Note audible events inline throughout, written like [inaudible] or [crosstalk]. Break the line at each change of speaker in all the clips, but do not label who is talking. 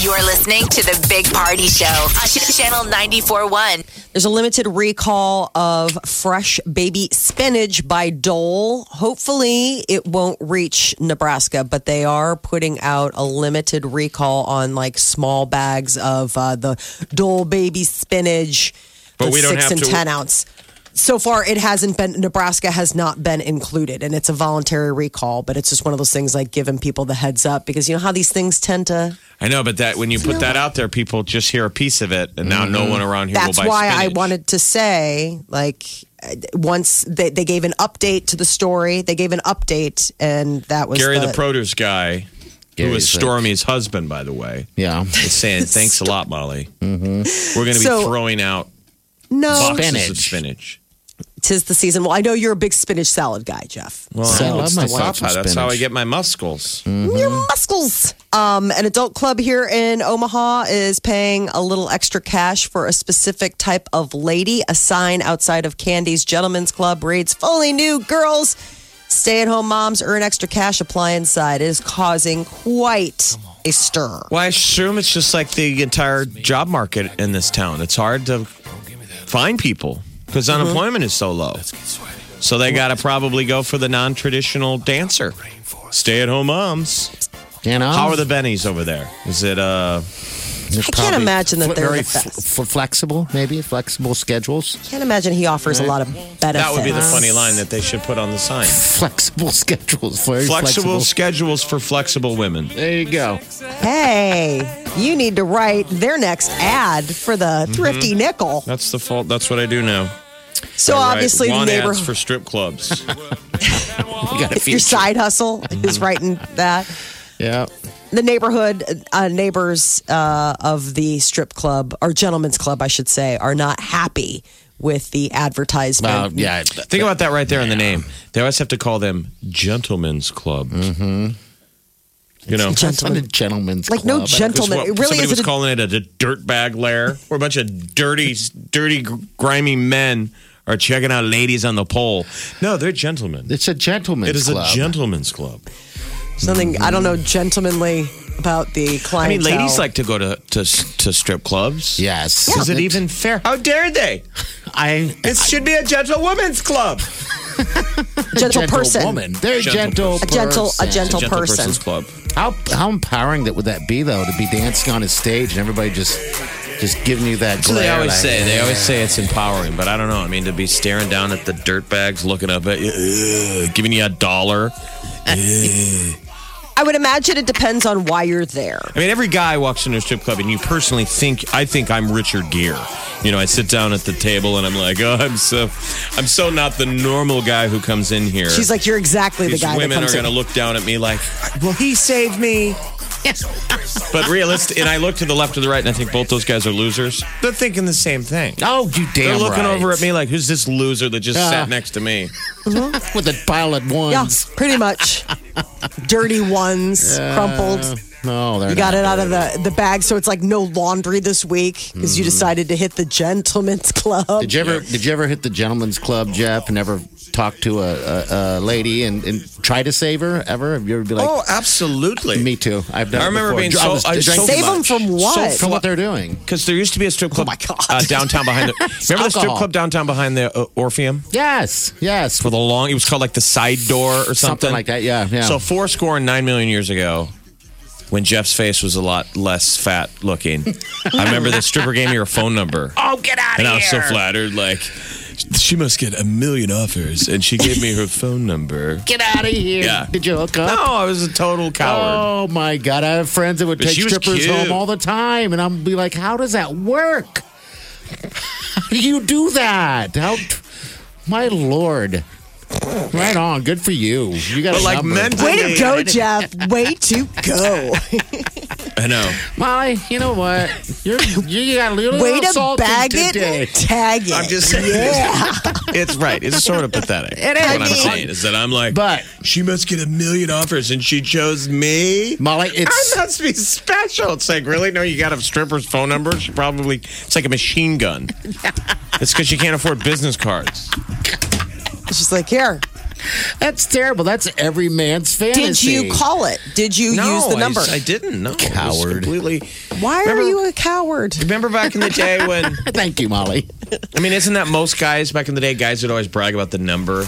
You're listening to the Big Party Show on Ch- Channel 941.
There's a limited recall of fresh baby spinach by Dole. Hopefully, it won't reach Nebraska, but they are putting out a limited recall on like small bags of uh, the Dole baby spinach,
But
the
we don't
six
have
and
to-
ten ounce. So far, it hasn't been Nebraska has not been included, and it's a voluntary recall. But it's just one of those things like giving people the heads up because you know how these things tend to
I know, but that when you put that out there, people just hear a piece of it, and now no one around here
Mm-hmm. that's
will buy
why I
spinach.
wanted to say, like, uh, once they, they gave an update to the story, they gave an update, and that was
Gary,
the,
the, produce guy, who is
Gary's, uh,
Stormy's husband, by the way,
Yeah.
[laughs]
is saying, "Thanks a lot, Molly. We're going to be
Mm-hmm. So- Oh.
throwing out
no.
boxes of
Spinach.
spinach."
Tis the season. Well, I know you're a big spinach salad guy, Jeff.
Well,
See, I love my
that's,
soft
how, that's how I
spinach.
get my muscles.
Your muscles. Um, an adult club here in Omaha is paying a little extra cash for a specific type of lady. A sign outside of Candy's Gentlemen's Club reads, "Fully new girls." Stay-at-home moms earn extra cash. Apply inside. It is causing quite a stir.
Well, I assume it's just like the entire job market in this town. It's hard to find people because
Mm-hmm.
unemployment is so low. So they got to probably go for the non-traditional dancer, stay-at-home moms.
You
Um,
know?
How are the bennies over there? Is it uh?
I can't imagine that they're
very
the best.
f- f- flexible, maybe flexible schedules.
Can't imagine he offers a lot of benefits.
That would be the funny line that they should put on the sign.
Flexible [laughs] schedules. Very
Flexible
flexible.
schedules for flexible women.
there you go.
Hey, you need to write their next ad for the
Mm-hmm.
thrifty nickel.
That's the fault. That's what I do now.
So
I write
obviously the
want ads
neighborhood.
for strip clubs.
You got a
If [laughs] your
feature.
side hustle
Mm-hmm.
is writing that.
Yeah.
The neighborhood uh, neighbors uh, of the strip club or gentlemen's club, I should say, are not happy with the advertisement.
Well, yeah.
Think about that right there in the name. They always have to call them gentlemen's clubs. Mm-hmm. You know,
That's not a gentleman's
Like
club.
no
That's
gentleman.
what-
It really
somebody was
is.
calling it a, dirt bag lair. We're a bunch of dirty, dirty, grimy men are checking out ladies on the pole. No, they're gentlemen.
It's a gentleman's
It is
club.
a gentleman's club.
Something I don't know gentlemanly about the
I mean,
clientele.
ladies like to go to to, to strip clubs.
Yes.
Is it even fair? How dare they?
I
It should be a gentlewoman's club.
gentle
gentle
person.
woman. They're
Gentle
gentle.
A gentle, a
person.
gentle,
Gentle
person.
person's club.
How how empowering that would that be though to be dancing on a stage and everybody just just giving you that
So
glare.
they always
like,
say they always say it's empowering, but I don't know. I mean, to be staring down at the dirt bags, looking up at you, ugh, giving you a dollar.
I would imagine it depends on why you're there.
I mean, every guy walks into a strip club, and you personally think I think I'm Richard Gere. You know, I sit down at the table and I'm like, [laughs] oh, I'm so, I'm so not the normal guy who comes in here.
She's like, you're exactly
These
the guy that
women
comes
are going to
in.
look down at me like, "Well, he saved me." but realistic, and I look to the left or the right, and I think both those guys are losers. They're thinking the same thing.
Oh, you
They're
damn
looking
right.
over at me like, "Who's this loser that just
Yeah.
sat next to me?"
[laughs] with a pile of
Yeah,
ones.
pretty much. Dirty ones, crumpled.
No, they're
You got it
not
out of the, the bag, so it's like no laundry this week because
Mm-hmm.
you decided to hit the gentleman's club.
Did you ever did you ever hit the gentleman's club, Jeff, and ever talk to a, a, a lady and, and try to save her ever? Have you ever been like,
oh, absolutely.
me too? I've done.
I
it
remember
before.
being so-
was-
I
drank
so
too
Save them
much.
from what?
from what they're doing.
Because there used to be a strip club
my God.
Uh, downtown behind
[laughs]
the. Remember the strip
Alcohol.
club downtown behind the uh, Orpheum?
Yes, yes.
For the long, it was called like the side door or something,
Something like that, yeah, yeah.
So four score and nine million years ago, when Jeff's face was a lot less fat looking,
[laughs]
I remember the stripper gave me her phone number,
oh, get out
and I was so flattered. Like she must get a million offers, and she gave me her phone number.
Get out of here.
Yeah.
Did you hook up?
No, I was a total coward.
Oh my god! I have friends that would
But
take
she was
strippers
cute.
home all the time, and I'm be like, "How does that work? How do you do that? How? My lord! Right on. Good for you. You got
But
a
like
number.
men- [laughs]
Way to go, Jeff. Way to go.
I know.
Molly, you know what? You're you got a little
Way to
salty
bag it,
today.
and tag it.
I'm just saying. It's right. It's sort of pathetic. It
is.
What
I
I'm
mean-
saying is that I'm like,
But-
she must get a million offers and she chose me.
Molly, it's
I must be special. It's like, really? No, you got a stripper's phone number? She probably, it's like a machine
[laughs]
gun. It's because she can't afford business cards.
It's just like here.
that's terrible. That's every man's fantasy.
Did you call it? Did you
no,
use the
I-
number?
I, didn't. No, It was
Coward.
Completely.
Why are
Remember-
you a coward?
Remember back in the day when,
Thank you, Molly.
I mean, isn't that most guys back in the day? Guys would always brag about the number,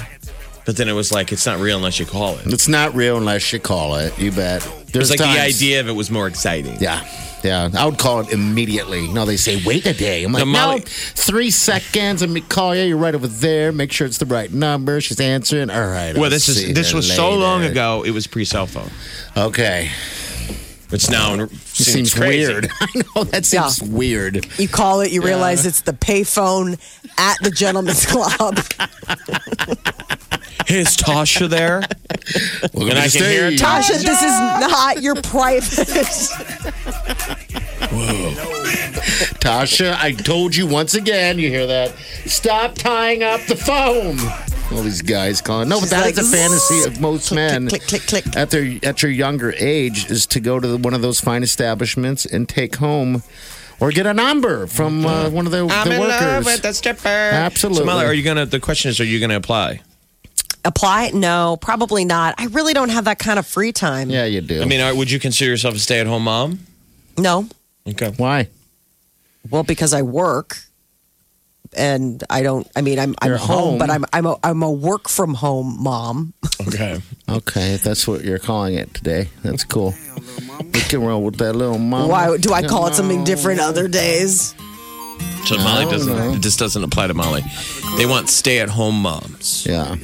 but then it was like, it's not real unless you call it. It
It's not real unless you call it. You bet. There's
was like the
times-
idea of it was more exciting.
Yeah. Yeah, I would call it immediately. No, they say wait a day. I'm like,
The Molly-
no, three seconds. I'm gonna call you. You're right over there. Make sure it's the right number. She's answering. All right.
Well,
I'll
this
see
is this
you
was so long
later.
ago. It was pre-cell phone.
Okay,
It's now it
It
seems, crazy. [laughs]
weird. [laughs] I know that seems
Yeah.
weird.
You call it, you realize it's the payphone at the gentleman's
[laughs]
club.
Hey, is Tasha there?
Welcome
And
to
I
the
can hear
stage.
it.
Tasha, this is not your private. [laughs]
Tasha, I told you once again. You hear that? Stop tying up the phone. All these guys calling. No, but
She's
that
like,
is a fantasy of most men.
click, click, click, click.
At their at your younger age is to go to the, one of those fine establishments and take home, or get a number from uh, one of the,
I'm
the
in
workers.
love with the stripper.
Absolutely.
So, Molly, are you gonna? The question is, are you gonna apply?
Apply? No, probably not. I really don't have that kind of free time.
yeah, you do.
I mean, are, would you consider yourself a stay-at-home mom?
No.
Okay.
why?
Well, because I work and I don't I mean I'm I'm
You're
home,
home.
but I'm I'm a, I'm a work from home mom.
Okay.
Okay, if that's what you're calling it today, that's cool. We can roll with that little mom.
Why do I call it something different other days?
So Molly doesn't. It just doesn't apply to Molly. They want stay-at-home moms.
Yeah.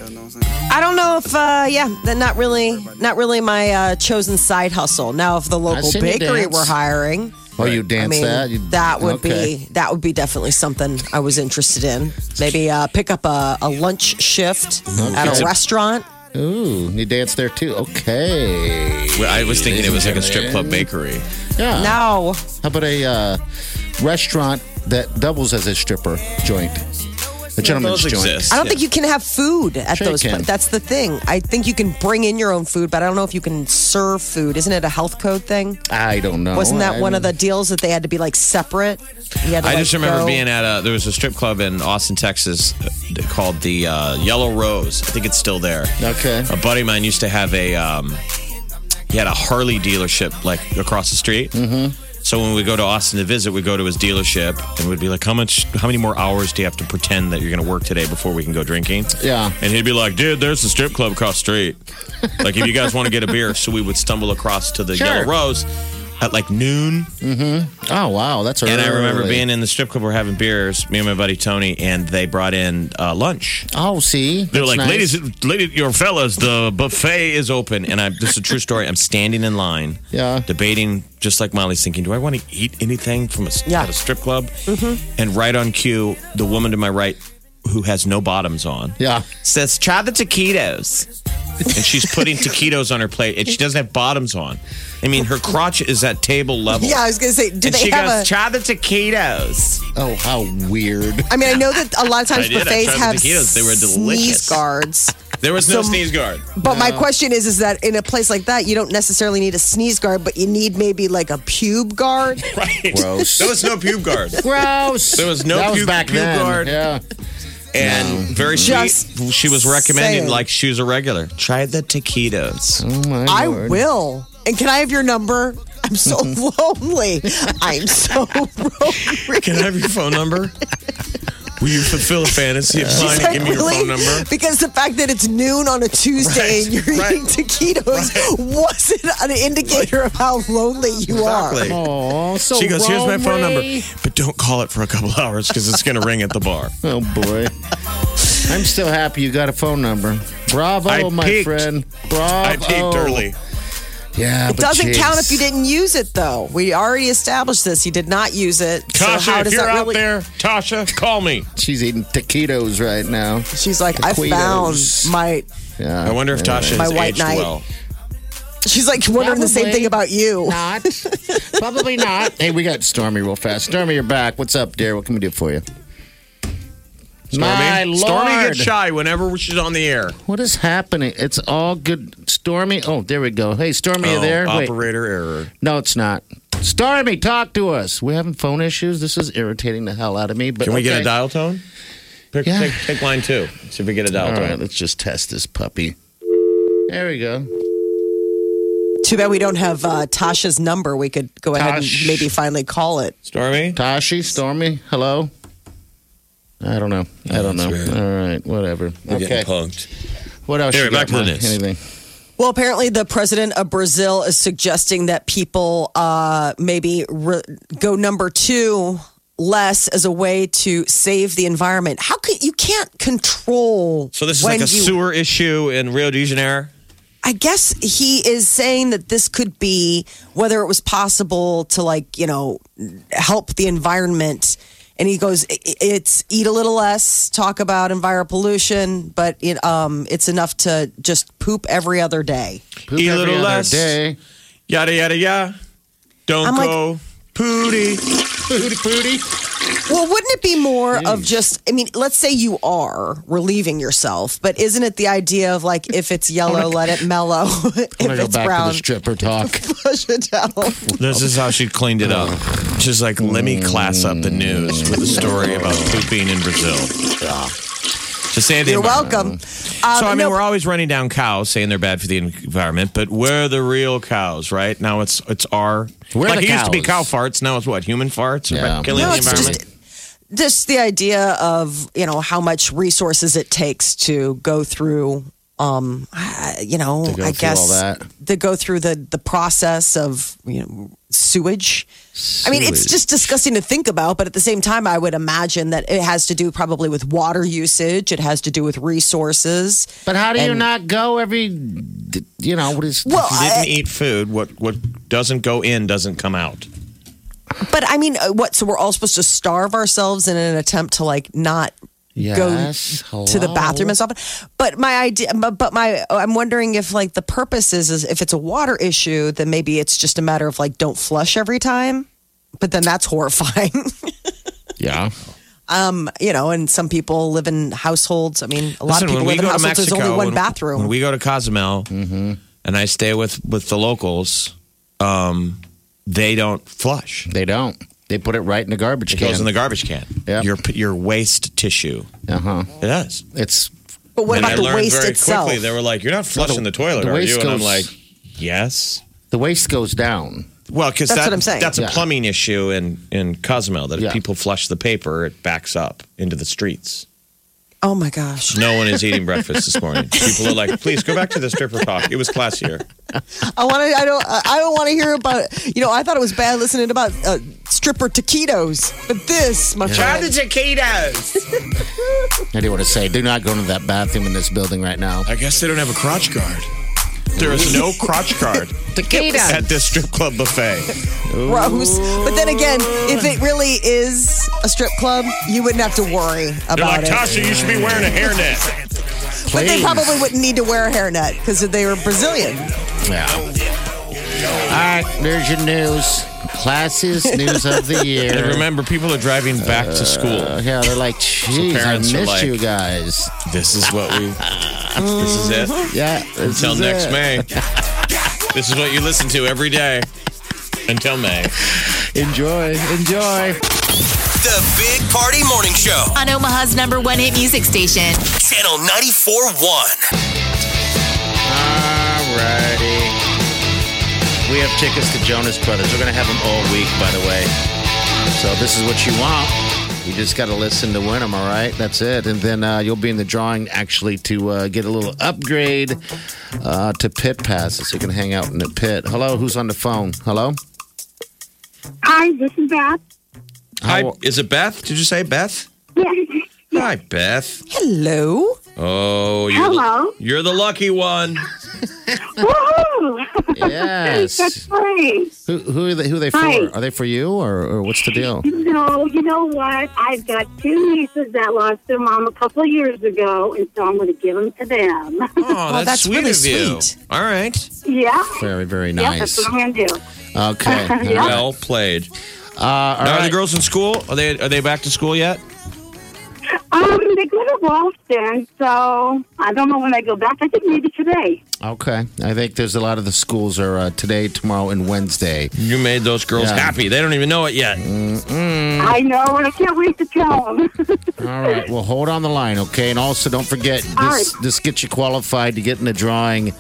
I don't know if uh yeah, that not really not really my uh chosen side hustle. Now if the local
seen you
bakery
dance.
were hiring,
Oh, you
I
dance
mean
that? You,
that would be that would be definitely something I was interested in. Maybe uh pick up a, a lunch shift at
Okay.
a restaurant.
be. Ooh, you dance there too. Okay.
Well, I was thinking it was like a strip club bakery.
Yeah.
No.
How about a uh, restaurant that doubles as a stripper joint? A gentleman's
Those
joint.
exist.
I don't think you can have food at
Sure you
those.
can.
pla- That's the thing. I think you can bring in your own food, but I don't know if you can serve food. Isn't it a health code thing?
I don't know.
Wasn't that
Oh, I
one of the
mean,
deals that they had to be like separate? You had to,
I
like,
just remember
go-
being at a there was a strip club in Austin, Texas, uh, called the uh, Yellow Rose. I think it's still there.
Okay.
A buddy of mine used to have a um, he had a Harley dealership like across the street. Mm-hmm. So when we go to Austin to visit, we go to his dealership and we'd be like, "How much? How many more hours do you have to pretend that you're going to work today before we can go drinking?"
Yeah.
And he'd be like, "Dude, there's a strip club across the street. like, if you guys want to get a beer, so we would stumble across to the
Sure.
Yellow Rose." At like noon,
Oh wow, that's early.
and I remember being in the strip club, we're having beers, me and my buddy Tony, and they brought in uh, lunch.
Oh, see,
They're
That's
like,
nice.
ladies, ladies, your fellas, the buffet is open. And I'm, this is a true story. I'm standing in line,
Yeah.
debating, just like Molly's thinking, do I want to eat anything from a, s-
Yeah.
at a strip club? Mm-hmm. And right on cue, the woman to my right, who has no bottoms on,
Yeah.
says, try the taquitos. and she's putting taquitos on her plate, and she doesn't have bottoms on. I mean, her crotch is at table level.
Yeah, I was gonna say, do
and
they
she
have
goes,
a?
try the taquitos.
Oh, how weird.
I mean, I know [laughs] that a lot of times
I did. I
buffets
tried the
have
taquitos. They were
sneeze
delicious.
guards.
There was no
Some-
sneeze guard. [laughs]
But my question is, is that in a place like that, you don't necessarily need a sneeze guard, but you need maybe like a pube
[laughs]
guard.
Right.
Gross.
There was no pube guard.
Gross.
There was no
that was
puke-
back
puke
then.
guard.
Yeah.
And very
Just
sweet. She was recommending
saying.
like she was a regular. Try the taquitos.
Oh my
I
lord.
will. And can I have your number? I'm so [laughs] lonely. I'm so [laughs] lonely.
Can I have your phone number? Will you fulfill a fantasy of mine and give me your phone number?
Because the fact that it's noon on a Tuesday
Right,
and you're
right,
eating taquitos
right.
wasn't an indicator of how lonely you are.
Exactly.
Oh, so
She goes, here's my
wrong
phone number,
way."
but don't call it for a couple hours because it's going to ring at the bar.
Oh boy. I'm still happy you got a phone number. Bravo,
I
my
peeked.
friend. Bravo.
I peaked early.
Yeah,
It doesn't count if you didn't use it, though. We already established this. You did not use it.
Tasha,
so how
if
does
you're
that
out
really?
there, Tasha, call me.
She's eating taquitos right now.
She's like, I found
Taquitos.
my
Yeah.
I wonder if Tasha
My
has
white
aged
knight.
well.
She's like wondering the same thing about you.
Not. Probably not. Hey, we got Stormy real fast. Stormy, you're back. What's up, dear? What can we do for you?
Stormy.
My Lord.
Stormy gets shy whenever she's on the air.
What is happening? It's all good. Stormy. Oh, there we go. Hey, Stormy, you
Oh,
there? Wait.
Operator error.
No, it's not. Stormy, talk to us. We're having phone issues. This is irritating the hell out of me. But
Can we get
okay.
a dial tone? Pick,
Yeah.
take, take line two. See if we get a dial
All
tone.
right, let's just test this puppy. There we go.
Too bad we don't have uh, Tasha's number. We could go ahead
Tosh.
and maybe finally call it.
Stormy?
Tashi, Stormy, hello. I don't know. I don't know. All right, whatever. okay.
punked.
What else?
Anyway,
you got,
back to the
Mark?
news.
Anything?
Well, apparently, the president of Brazil is suggesting that people uh, maybe re- go number two less as a way to save the environment. How could you can't control?
So this is
when
like a
you-
sewer issue in Rio de Janeiro.
I guess he is saying that this could be whether it was possible to like you know help the environment. And he goes, "I- I- it's eat a little less, talk about enviro pollution, but it um it's enough to just poop every other day.
Poop
Eat a
every
little
other
less.
Day.
Yada yada yada. Don't
I'm like-
go pooty.
Booty, booty.
Well, wouldn't it be more of just, I mean, let's say you are relieving yourself, but isn't it the idea of like, if it's yellow, let it mellow. [laughs] if
I'm gonna go
it's
back to
brown, [laughs]
the stripper talk.
push it down.
This is how she cleaned it up. She's like, let me class up the news with a story about pooping in Brazil. To save the
You're
environment.
welcome. Um,
So I mean,
no,
we're always running down cows, saying they're bad for the environment, but we're the real cows, right? Now it's it's our
We're
like
the
it used to be cow
cows.
farts. Now it's what human farts,
Yeah.
Right? killing
no,
the
it's
environment.
just, just the idea of, you know, how much resources it takes to go through, um, I- you know,
To go
I
through
guess
all that.
to go through the, the process of, you know, sewage. I mean, it's just disgusting to think about, but at the same time, I would imagine that it has to do probably with water usage. It has to do with resources.
But how do you
And-
not go every? d- You know what is?
Well,
If you
I-
didn't eat food, what what doesn't go in doesn't come out.
But I mean, uh, what? So we're all supposed to starve ourselves in an attempt to like not
Yes,
go to the
hello.
bathroom and stuff. But my idea, but, but my, I'm wondering if like the purpose is, is if it's a water issue, then maybe it's just a matter of like don't flush every time. But then that's [laughs] horrifying, Um,
yeah.
you know. And some people live in households. I mean, a lot
Listen,
of people
when we
live in
go to
households.
Mexico,
there's only one
when,
bathroom.
When we go to Cozumel,
Mm-hmm.
and I stay with with the locals, um, they don't flush.
They don't. They put it right in the garbage
It
can.
goes in the garbage can.
Yeah.
Your your waste tissue.
uh huh.
It does.
It's
but what
and
about
I
the
learned
waste
very
itself?
quickly. They were like, "You're not flushing the, toilet,
the
are
waste
you?" And I'm
goes-
like, "Yes."
the waste goes down.
Well, because
That's what I'm saying.
That's a
Yeah.
plumbing issue in in Cozumel. That if
Yeah.
people flush the paper, it backs up into the streets.
oh my gosh!
No one is eating breakfast this morning. People are like, "Please go back to the stripper talk. It was classier."
I want to. I don't. I don't want to hear about. You know, I thought it was bad listening about uh, stripper taquitos, but this, my friend.
I do want to say, do not go into that bathroom in this building right now.
I guess they don't have a crotch guard. There is no crotch
[laughs]
guard at this strip club buffet.
gross. But then again, if it really is a strip club, you wouldn't have to worry
They're
about
like,
it.
Tasha, you should be wearing a hairnet.
But they probably wouldn't need to wear a hairnet because they were Brazilian.
Yeah. All right, there's your news. Classiest news
[laughs]
of the year.
And remember, people are driving back to school.
yeah, they're like, jeez, I
parents
missed
are like-
you guys.
This is what we. this is it.
Uh-huh.
Yeah. this
Until
is
next
it.
May. this is what you listen to every day. Until May.
Enjoy. Enjoy.
The Big Party Morning Show,
On Omaha's number one hit music station.
Channel 94.1.
Alrighty. We have tickets to Jonas Brothers. We're going to have them all week, by the way. So this is what you want. You just got to listen to win them, all right? That's it. And then uh, you'll be in the drawing actually to uh, get a little upgrade uh, to pit passes. So you can hang out in the pit. Hello, who's on the phone? Hello?
Hi, this is Beth.
Hi, is it Beth? Did you say Beth?
Yes.
Hi, Beth.
Hello.
Oh, you're,
[laughs] Hello.
Oh, you're the lucky one.
Woohoo! [laughs]
Yes.
That's great.
Who, who are they? Who are they for?
Hi.
Are they for you, or, or what's the deal?
No, you know what? I've got two nieces that lost their mom a couple of years ago, and so I'm going to give them to them. [laughs]
Oh, that's,
that's
sweet
really
of you.
sweet.
All right.
yeah.
Very, very
Yeah, that's
nice.
what I'm going to do.
Okay.
Yeah.
Well played.
Uh, all
Now, are the
right.
girls in school? Are they are they back to school yet?
Um, they go to Boston, so I don't know when they go back. I think maybe today.
Okay. I think there's a lot of the schools are uh, today, tomorrow, and Wednesday.
You made those girls
Yeah.
happy. They don't even know it yet.
Hmm.
I know, and I can't wait to tell [laughs] them.
All right. Well, hold on the line, okay? And also, don't forget this.
All
This gets you qualified to get in the drawing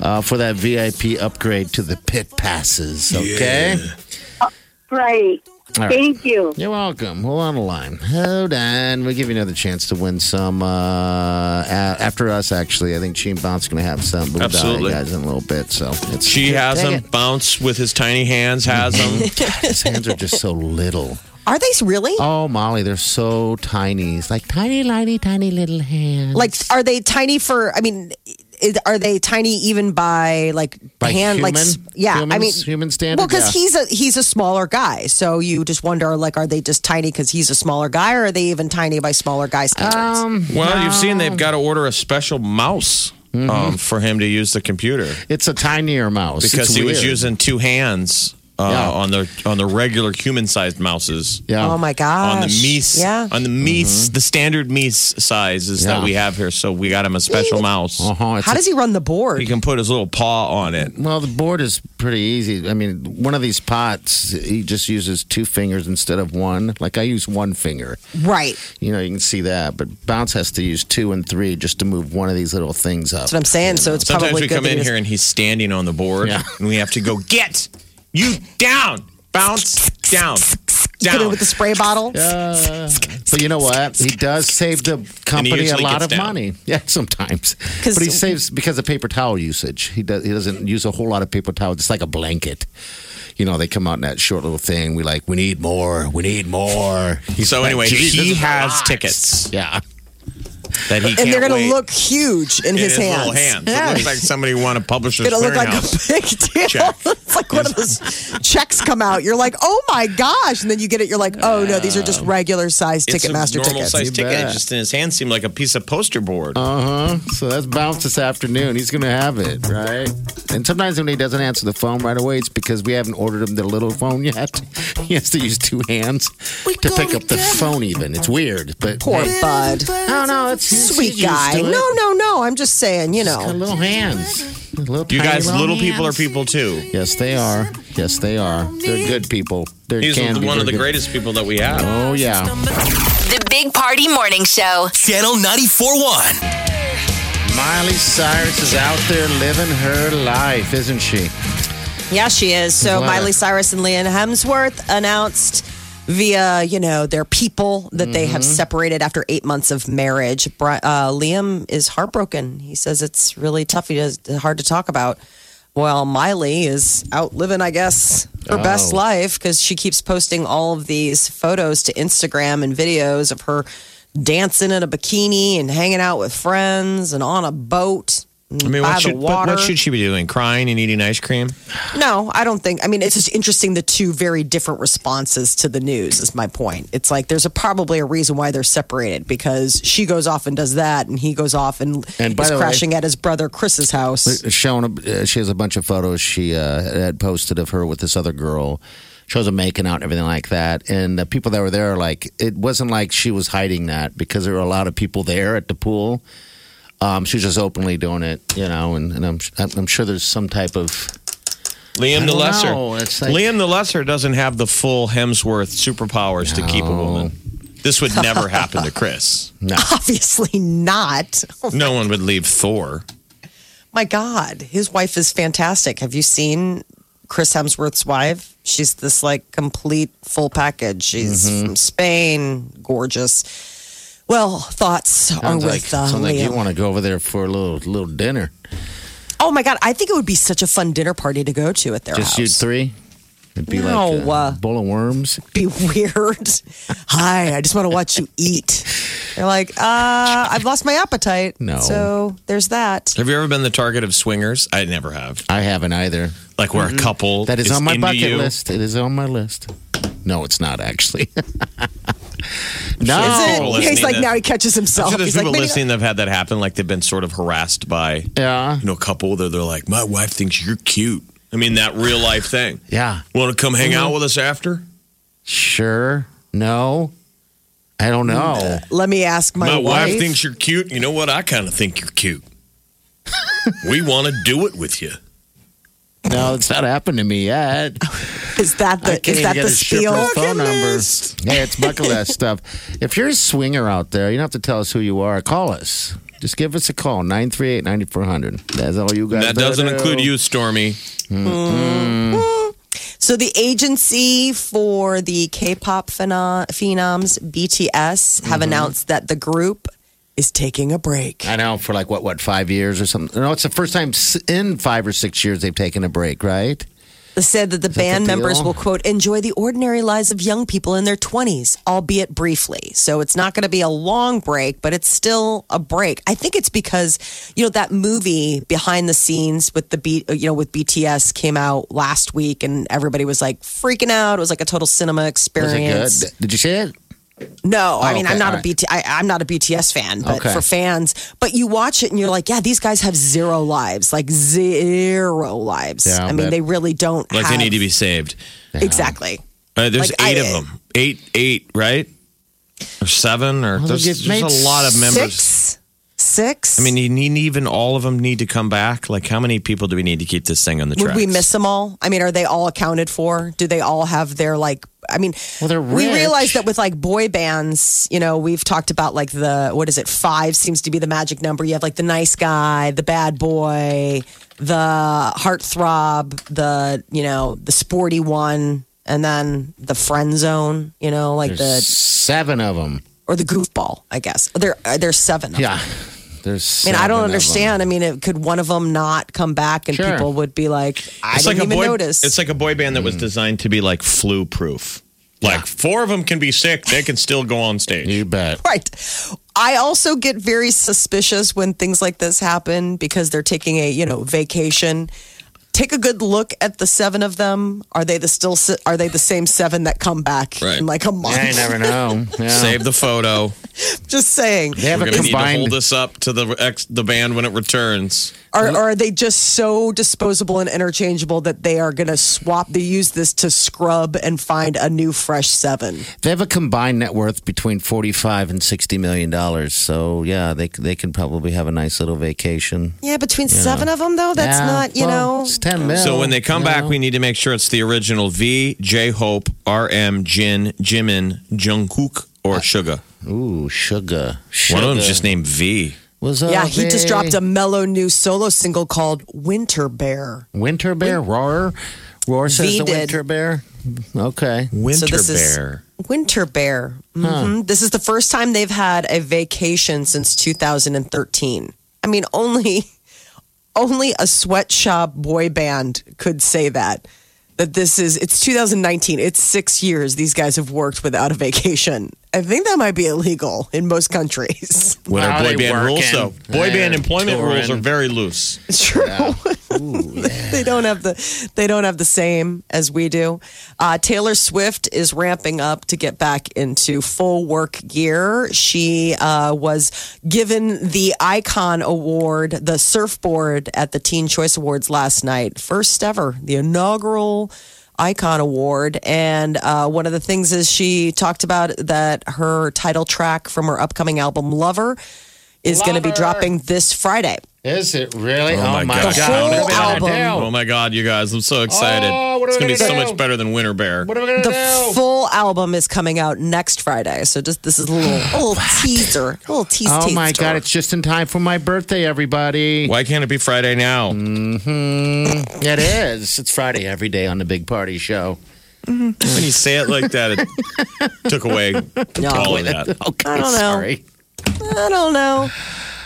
uh, for that VIP upgrade to the pit passes. Okay.
Great.
All right.
Thank you.
You're welcome. Hold on the line. Hold on. We'll give you another chance to win some uh, a- after us, actually. I think Gene Bounce is going to have some. We'll dial you
Absolutely.
guys in a little bit. So it's,
She has
Dang
them.
it.
Bounce with his tiny hands has
[laughs]
[laughs] them.
His hands are just so little.
Are they really?
Oh, Molly, they're so tiny. It's like tiny, tiny, tiny little hands.
Like, are they tiny for? I mean, is, are they tiny even by like
By
hand? like,
human-
s- yeah, I mean,
humans- human standard,
Well, because
yeah.
he's a he's a smaller guy, so you just wonder like, are they just tiny because he's a smaller guy, or are they even tiny by smaller guy standards?
Well, you've seen they've got to order a special mouse um, for him to use the computer.
it's a tinier mouse.
because
It's
he was
weird.
using two hands uh,
Yeah.
on the on the regular human sized mouses.
Yeah. Mm-hmm.
oh my gosh!
On the meese,
yeah.
on the meese, the standard meese sizes that
Yeah.
we have here. So we got him a special mouse.
Uh-huh, it's
How
a-
does he run the board?
He can put his little paw on it.
well, the board is pretty easy. I mean, one of these pots, he just uses two fingers instead of one. Like I use one finger.
Right.
You know, you can see that, but Bounce has to use two and three just to move one of these little things up.
That's what I'm saying. So it's
Sometimes
probably
we
good
come
that
in
he
here and he's standing on the board,
Yeah.
and we have to go get you down, bounce down,
doesn't Get in
down.
[laughs] with the spray bottle.
Uh, but you know what? He does save the company a
usually
lot of
gets down.
money. [laughs] Yeah, sometimes.
'Cause-
But he saves because of paper towel usage. He does. He doesn't use a whole lot of paper towels. It's like a blanket. You know, they come out in that short little thing. We like, we need more. We need more. He's
So
like,
anyway,
"Geez,
he
this is a
has
lot."
tickets
Yeah.
that he can't
and they're gonna
wait
look huge in,
in
his, hands.
little hands.
Yeah.
It looks like somebody
[laughs]
want to publish his
It'll look like
clearinghouse.
a big deal.
Check.
It's like one of those checks come out. You're like, oh my gosh. And then you get it, you're like, oh no, these are just regular size
It's a
[laughs] Ticketmaster
normal
tickets.
size
You
ticket.
bet.
Just in his hand seemed like a piece of poster board.
Uh huh. So that's bounce this afternoon. He's gonna have it, right? And sometimes when he doesn't answer the phone right away, it's because we haven't ordered him the little phone yet. [laughs] He has to use two hands to pick up the phone. Even it's weird, but
Poor
hey,
bud.
no, no, it's he's-
Sweet
he's used
guy.
to it.
No, no, no. I'm just saying, you
Got
know.
little hands. Little
you
tiny
guys, little people are
hands.
people too.
Yes, they are. Yes, they are. They're good people. They
He's
can be.
one of the
They're good-
greatest people that we have.
Oh yeah.
The Big Party Morning Show.
Channel 94.1.
Miley Cyrus is out there living her life, isn't she?
Yeah, she is. So
Wow.
Miley Cyrus and Liam Hemsworth announced via, you know, their people that they have
Mm-hmm.
separated after eight months of marriage. Bri- Uh, Liam is heartbroken. He says it's really tough. He does hard to talk about. Well, Miley is out living, I guess, her best
Oh.
life because she keeps posting all of these photos to Instagram and videos of her dancing in a bikini and hanging out with friends and on a boat.
I mean,
by
what
the
should, but
water.
what should she be doing? Crying and eating ice cream?
No, I don't think. I mean, it's just interesting the two very different responses to the news is my point. It's like there's a, probably a reason why they're separated because she goes off and does that, and he goes off and,
And by
is
the way-
crashing at his brother Chris's house.
shown uh, she has a bunch of photos she uh, had posted of her with this other girl shows them making out and everything like that and the people that were there are like it wasn't like she was hiding that because there were a lot of people there at the pool um, she was just openly doing it you know and, and I'm, I'm sure there's some type of
Liam
I
the
don't
Lesser.
know. It's like-
Liam the Lesser doesn't have the full Hemsworth superpowers to keep a woman. This would
[laughs]
never happen to Chris.
[laughs] Obviously not. Oh,
No one would leave Thor.
my God, his wife is fantastic. Have you seen Chris Hemsworth's wife? She's this like complete full package. She's
Mm-hmm.
from Spain, gorgeous. Well, thoughts are
sounds like,
with uh,
sounds like
Liam.
you want to go over there for a little little dinner
Oh my god, I think it would be such a fun dinner party to go to at their
just
house.
you three it'd be like
No,
a
uh, [laughs]
bowl of worms
be weird. Hi, I just want to watch you eat. You're like, uh, I've lost my appetite.
No.
So there's that.
Have you ever been the target of swingers? I never have.
I haven't either.
Like where a couple
That is, on my
into
bucket
you.
list. It is on my list. No, it's
[laughs]
not actually.
Is
no.
it- People
He's
listening
like,
to-
now he catches
I'm
Oh,
himself.
sure there's
He's like,
people
"Maybe-
listening that have had that happen. Like they've been sort of harassed by you
Yeah.
know a couple that they're like, my wife thinks you're cute. I mean that real life thing.
Yeah.
Want to come hang
Mm-hmm.
out with us after?
Sure. No. I don't know.
Let me ask my,
My, wife. thinks you're cute. You know what? I kind of think you're cute. we want to do it
[laughs]
with you.
No, it's not happened to me yet.
is that
I
the
can't
is
even
that
get
the
a
steal?
stripper's phone number. Hey, it's bucket list stuff. If you're a swinger out there, you don't have to tell us who you are. Call us. Just give us a call 938-9400. That's all you guys.
That doesn't include you, Stormy.
So the agency for the K-pop pheno- phenoms BTS
Mm-hmm.
have announced that the group is taking a break.
I know for like what what five years or something. No, it's the first time s- in five or six years they've taken a break, right?
They said that the band
the
members
deal?
will quote enjoy the ordinary lives of young people in their 20s, albeit briefly. So it's not going to be a long break, but it's still a break. I think it's because you know that movie behind the scenes with the B, you know with BTS came out last week and everybody was like freaking out. It was like a total cinema
Was it
experience.
good? Did you see it?
No, I
Oh,
mean
okay,
I'm not a
all right.
BT. I, I'm not a BTS fan, but
Okay.
for fans, but you watch it and you're like, yeah, these guys have zero lives, like zero lives.
Yeah,
I
I'll
mean,
bet.
they really don't.
Like
have,
they need to be saved.
exactly.
Uh, there's
Like, I-
eight of them. Eight, eight, right? Or seven, or
Well,
there's,
they get
there's
made
a lot of members.
Six, six.
I mean, you need, even all of them need to come back. Like, how many people do we need to keep this thing on the
would
track?
we miss them all? I mean, are they all accounted for? Do they all have their like? I mean,
Well, they're
we
rich.
realize that with like boy bands, you know, we've talked about like the what is it? Five seems to be the magic number. You have like the nice guy, the bad boy, the heartthrob, the you know, the sporty one, and then the friend zone. You know, like the
Seven of them.
or the goofball. I guess there are there seven. Of them.
Yeah. There's.
I mean, I don't
seven of 'em.
understand. I mean, it, could one of them not come back, and
Sure.
people would be like, "I
It's
didn't
like a
even
boy.
notice."
It's like a boy band that was designed to be like flu proof. Like four of them can be sick, they can still go on stage.
You bet.
Right. I also get very suspicious when things like this happen because they're taking a, you know, vacation. Take a good look at the seven of them. Are they the still se- are they the same seven that come back
Right.
in like a month?
Yeah, you never know. Yeah.
Save the photo.
[laughs] Just saying.
They have
We're
a
gonna need to hold
combined.
this up to the ex, the band when it returns.
Or, or are they just so disposable and interchangeable that they are going to swap they use this to scrub and find a new fresh seven.
They have a combined net worth between forty-five and sixty million dollars. So yeah, they they can probably have a nice little vacation.
Yeah, between seven of them though, that's
Yeah,
not, you
well,
know.
It's ten mil.
So when they come
you
back,
know.
we need to make sure it's the original V, J Hope, RM, Jin, Jimin, Jungkook, or Suga.
ooh, sugar.
One of
Sugar
them's just named V.
was
Yeah,
a
he just
big
dropped a mellow new solo single called Winter Bear.
winter bear. Roar, roar says
V
the
did.
winter bear. Okay,
Winter
this is-
Bear.
Winter Bear. hmm This is the first time they've had a vacation since 2013. I mean, only [laughs] only a sweatshop boy band could say that. That this is it's 2019. It's six years these guys have worked without a vacation. I think that might be illegal in most countries. [laughs]
What
Wow,
are boy
they
band rules
working.
though? Boy band
They're
employment rules
touring.
are very loose.
It's true. they don't have the they don't have the same as we do. Uh, Taylor Swift is ramping up to get back into full work gear. She uh, was given the Icon Award, the surfboard at the Teen Choice Awards last night, first ever, the inaugural. Icon Award. And uh, one of the things is she talked about that her title track from her upcoming album, Lover, is going to be dropping this Friday.
is it really?
Oh, my,
god!
gosh.
full
What are we gonna
album.
do?
Oh my god, you guys, I'm so excited.
Oh, what are
it's
we
gonna be
gonna
so
do?
much better than Winter Bear.
What are we gonna
The
do?
full album is coming out next Friday, so just this is
[gasps]
a little, a little teaser, a little tease.
Oh
tease.
my god! It's just in time for my birthday, everybody.
Why can't it be Friday now?
Mm. It is. It's Friday every day on the Big Party Show.
When you say it like that,
[laughs]
it took away all of that.
Okay,
I don't know.
sorry.
I don't know.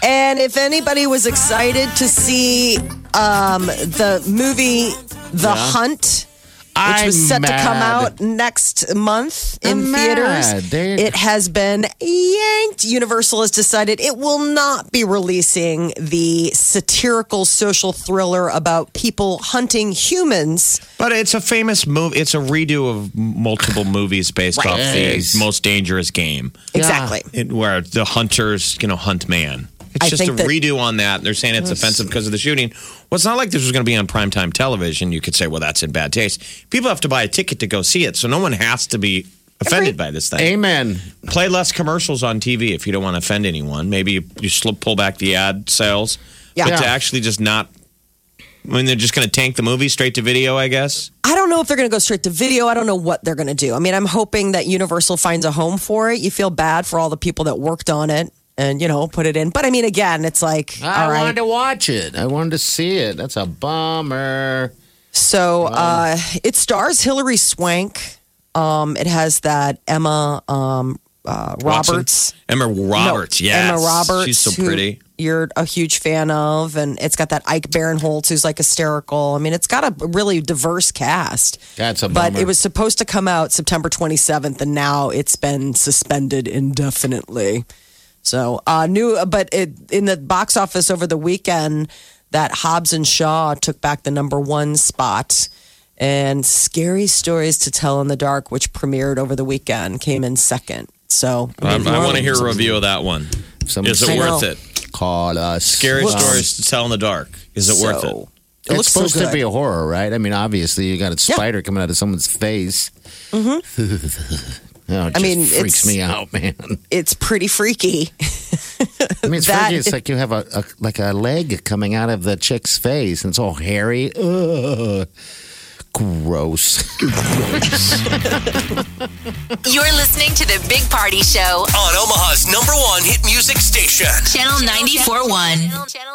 And if anybody was excited to see um, the movie The Hunt,
which was
I'm
set to come
mad.
out next month in
I'm
theaters.
mad. They-
It has been yanked. Universal has decided it will not be releasing the satirical social thriller about people hunting humans.
But it's a famous movie. It's a redo of multiple movies based off
Yes.
the most dangerous game,
Exactly.
it, where the hunters, you know, hunt man. It's
I
just
think
a
that-
redo on that. They're saying it's offensive because of the shooting. Well, it's not like this was going to be on primetime television. You could say, well, that's in bad taste. People have to buy a ticket to go see it, so no one has to be offended by this thing.
Amen.
Play less commercials on TV if you don't want to offend anyone. Maybe you, you slip, pull back the ad sales.
Yeah.
But to
Yeah.
actually just not, I mean, they're just going to tank the movie straight to video, I guess.
I don't know if they're going to go straight to video. I don't know what they're going to do. I mean, I'm hoping that Universal finds a home for it. You feel bad for all the people that worked on it and, you know, put it in. But I mean, again, it's like,
I
all right.
wanted to watch it. I wanted to see it. That's a bummer.
So uh, it stars Hilary Swank. Um, it has that Emma um, uh,
Watson?
Roberts.
Emma Roberts,
No,
yes.
Emma Roberts.
She's so
who
pretty.
You're a huge fan of, and it's got that Ike Barinholtz who's like hysterical. I mean, it's got a really diverse cast.
That's a
but
bummer.
it was supposed to come out September 27th, and now it's been suspended indefinitely. So uh, new, but it, in the box office over the weekend, that Hobbs and Shaw took back the number one spot, and Scary Stories to Tell in the Dark, which premiered over the weekend, came in second. So
I, I want to hear a
Something-
review of that one.
Someone
Is it
said-
worth
know.
it?
Call us.
Scary
Um,
stories to tell in the dark. Is it worth it?
So, It
It's
looks so
supposed to
good.
be a horror, right? I mean, obviously, you got a spider coming out of someone's face. Mm-hmm. [laughs] oh, it
I mean,
just freaks
it's-
me out, man. [laughs]
It's pretty freaky.
I mean, it's
[laughs] That-
freaky. It's like you have a, a like a leg coming out of the chick's face, and it's all hairy. Ugh. Gross.
You're listening to the Big Party Show,
On Omaha's number one hit music station.
Channel 94.1.